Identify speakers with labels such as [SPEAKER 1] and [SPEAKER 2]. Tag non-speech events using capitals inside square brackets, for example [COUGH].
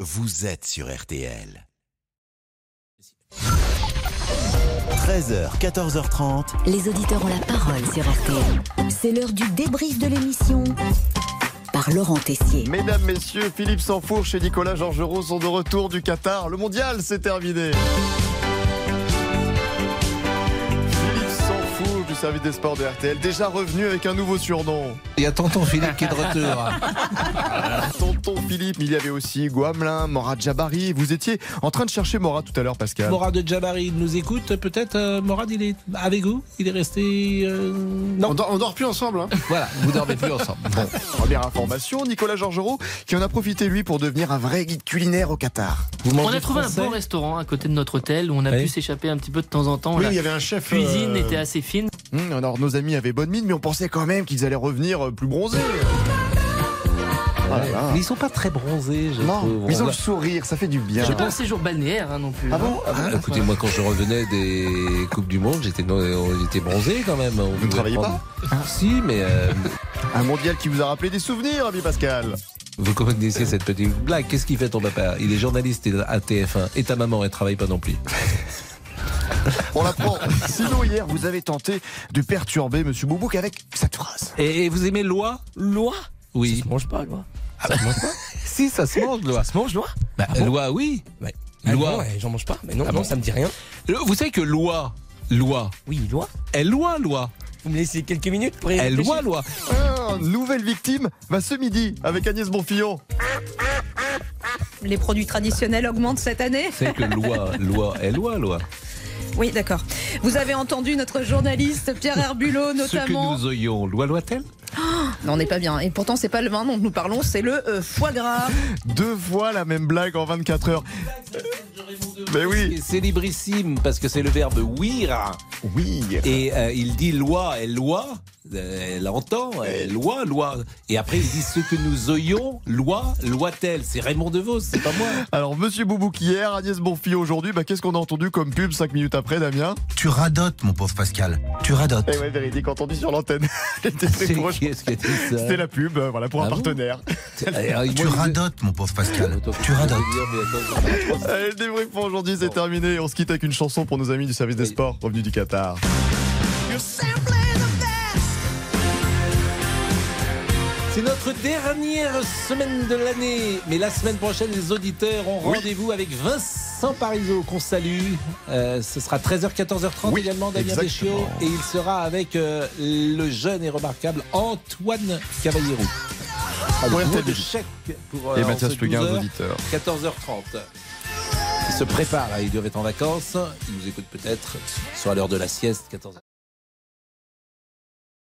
[SPEAKER 1] vous êtes sur RTL. 13h, 14h30.
[SPEAKER 2] Les auditeurs ont la parole sur RTL. C'est l'heure du débrief de l'émission par Laurent Tessier.
[SPEAKER 3] Mesdames, Messieurs, Philippe Sansfourche et Nicolas Georgerot sont de retour du Qatar. Le mondial s'est terminé. Philippe Sansfourche du service des sports de RTL, déjà revenu avec un nouveau surnom.
[SPEAKER 4] Il y a tonton Philippe qui est de retour. [LAUGHS]
[SPEAKER 3] Tonton Philippe, il y avait aussi Guamelin, Morat Jabari. Vous étiez en train de chercher Morat tout à l'heure, Pascal.
[SPEAKER 4] Morad de Jabari il nous écoute. Peut-être euh, Morad, il est avec vous Il est resté. euh, Non.
[SPEAKER 5] On, dort- on dort plus ensemble. hein.
[SPEAKER 4] Voilà, vous dormez plus ensemble. [LAUGHS] Bon.
[SPEAKER 3] [LAUGHS] Première information, Nicolas Georgerot, qui en a profité lui pour devenir un vrai guide culinaire au Qatar.
[SPEAKER 4] Vous
[SPEAKER 6] On
[SPEAKER 4] mangez
[SPEAKER 6] a trouvé
[SPEAKER 4] français
[SPEAKER 6] un bon restaurant à côté de notre hôtel où on a
[SPEAKER 4] Oui.
[SPEAKER 6] pu s'échapper un petit peu de temps en temps.
[SPEAKER 5] Oui,
[SPEAKER 6] La
[SPEAKER 5] il y avait un chef.
[SPEAKER 6] cuisine
[SPEAKER 5] euh,
[SPEAKER 6] était assez fine.
[SPEAKER 3] Hum, alors nos amis avaient bonne mine, mais on pensait quand même qu'ils allaient revenir euh, plus bronzés. Ah là là.
[SPEAKER 4] Mais ils sont pas très bronzés, je trouve.
[SPEAKER 3] Non, mais ils ont
[SPEAKER 4] On
[SPEAKER 3] le sourire, ça fait du bien.
[SPEAKER 6] J'ai pas un séjour balnéaire hein, non plus.
[SPEAKER 3] Ah bon Ah
[SPEAKER 4] va-
[SPEAKER 3] bon
[SPEAKER 4] Écoutez, moi, quand je revenais des Coupes du Monde, j'étais, non, euh, j'étais bronzé quand même. On pouvait
[SPEAKER 3] travaillez
[SPEAKER 4] prendre- Si, mais euh,
[SPEAKER 3] Un mondial qui vous a rappelé des souvenirs, ami Pascal.
[SPEAKER 4] vous connaissez cette petite blague. Qu'est-ce qu'il fait ton papa Il est journaliste à TF1. Et ta maman, elle travaille pas non plus.
[SPEAKER 3] On [LAUGHS] l'apprend. Sinon, hier, vous avez tenté de perturber Monsieur Boubouk avec cette phrase.
[SPEAKER 4] Et, et vous aimez Loi
[SPEAKER 6] Loi
[SPEAKER 4] Oui.
[SPEAKER 6] Ça se mange pas, loi.
[SPEAKER 4] Si, ça se mange, Loi.
[SPEAKER 7] Ça se mange, loi
[SPEAKER 4] Bah, Loi, oui.
[SPEAKER 7] Ouais.
[SPEAKER 4] Loi.
[SPEAKER 7] non, ouais, j'en mange pas. Mais non,
[SPEAKER 4] Ah
[SPEAKER 7] non,
[SPEAKER 4] bon
[SPEAKER 7] ça me dit rien.
[SPEAKER 4] Le- Vous savez que Loi, Loi,
[SPEAKER 7] Oui, loi.
[SPEAKER 4] elle Loi, Loi,
[SPEAKER 7] Vous me laissez quelques minutes pour y
[SPEAKER 4] elle Loi,
[SPEAKER 7] réfléchir
[SPEAKER 4] Loi.
[SPEAKER 3] Ah, nouvelle victime va ce midi avec Agnès Bonfillon.
[SPEAKER 8] Les produits traditionnels augmentent cette année
[SPEAKER 4] C'est que Loi, Loi, elle Loi, Loi.
[SPEAKER 8] Oui, d'accord. Vous avez entendu notre journaliste Pierre Herbulot
[SPEAKER 4] Ce que
[SPEAKER 8] notamment.
[SPEAKER 4] nous ayons, Loi, Loi-t-elle
[SPEAKER 8] Non, on n'est pas bien. Et pourtant, c'est pas le vin dont nous parlons, c'est le euh, foie gras.
[SPEAKER 3] Deux fois la même blague en 24 heures. Mais oui,
[SPEAKER 4] C'est librissime parce que c'est le verbe ouïr
[SPEAKER 3] oui.
[SPEAKER 4] et euh, il dit loi, elle loi, euh, elle entend, elle loi, loi. Et après il dit ce que nous oyons, loi, loi-t-elle. C'est Raymond DeVos, c'est pas moi.
[SPEAKER 3] Alors, Monsieur Boubouk hier, Agnès Bonfillon aujourd'hui, bah, qu'est-ce qu'on a entendu comme pub 5 minutes après, Damien
[SPEAKER 9] Tu radotes, mon pauvre Pascal. Tu radotes.
[SPEAKER 3] Eh ouais, véridique, entendu sur l'antenne. [LAUGHS] J'étais très
[SPEAKER 4] C'est
[SPEAKER 3] proche.
[SPEAKER 4] qui est-ce qui a dit ça
[SPEAKER 3] C'était la pub, euh, voilà, pour un
[SPEAKER 4] Ah bon
[SPEAKER 3] partenaire.
[SPEAKER 4] Alors, moi,
[SPEAKER 9] Tu
[SPEAKER 4] je-
[SPEAKER 9] radotes, mon pauvre Pascal.
[SPEAKER 4] Ah, Attends,
[SPEAKER 9] Tu radotes.
[SPEAKER 4] je vais dire, mais attends.
[SPEAKER 3] Allez, le débrief pour aujourd'hui, c'est terminé. On se quitte avec une chanson pour nos amis du service des
[SPEAKER 4] Oui.
[SPEAKER 3] sports, revenus du Qatar.
[SPEAKER 4] C'est notre dernière semaine de l'année, mais la semaine prochaine, les auditeurs ont
[SPEAKER 3] Oui.
[SPEAKER 4] rendez-vous avec Vincent Parisot, qu'on salue. Euh, ce sera 13h, 14h30
[SPEAKER 3] Oui,
[SPEAKER 4] également, Damien Deschio,
[SPEAKER 3] exactement.
[SPEAKER 4] et il sera avec euh, le jeune et remarquable Antoine Cavallero.
[SPEAKER 3] Pour
[SPEAKER 4] Mot
[SPEAKER 3] RTL.
[SPEAKER 4] de chèque pour euh,
[SPEAKER 3] Et Mathias
[SPEAKER 4] en ce
[SPEAKER 3] Leguin,
[SPEAKER 4] 12
[SPEAKER 3] aux
[SPEAKER 4] heures,
[SPEAKER 3] auditeurs.
[SPEAKER 4] 14h30. hein, Il se prépare, là, il doit être en vacances, il nous écoute peut-être, soit à l'heure de la sieste, 14h.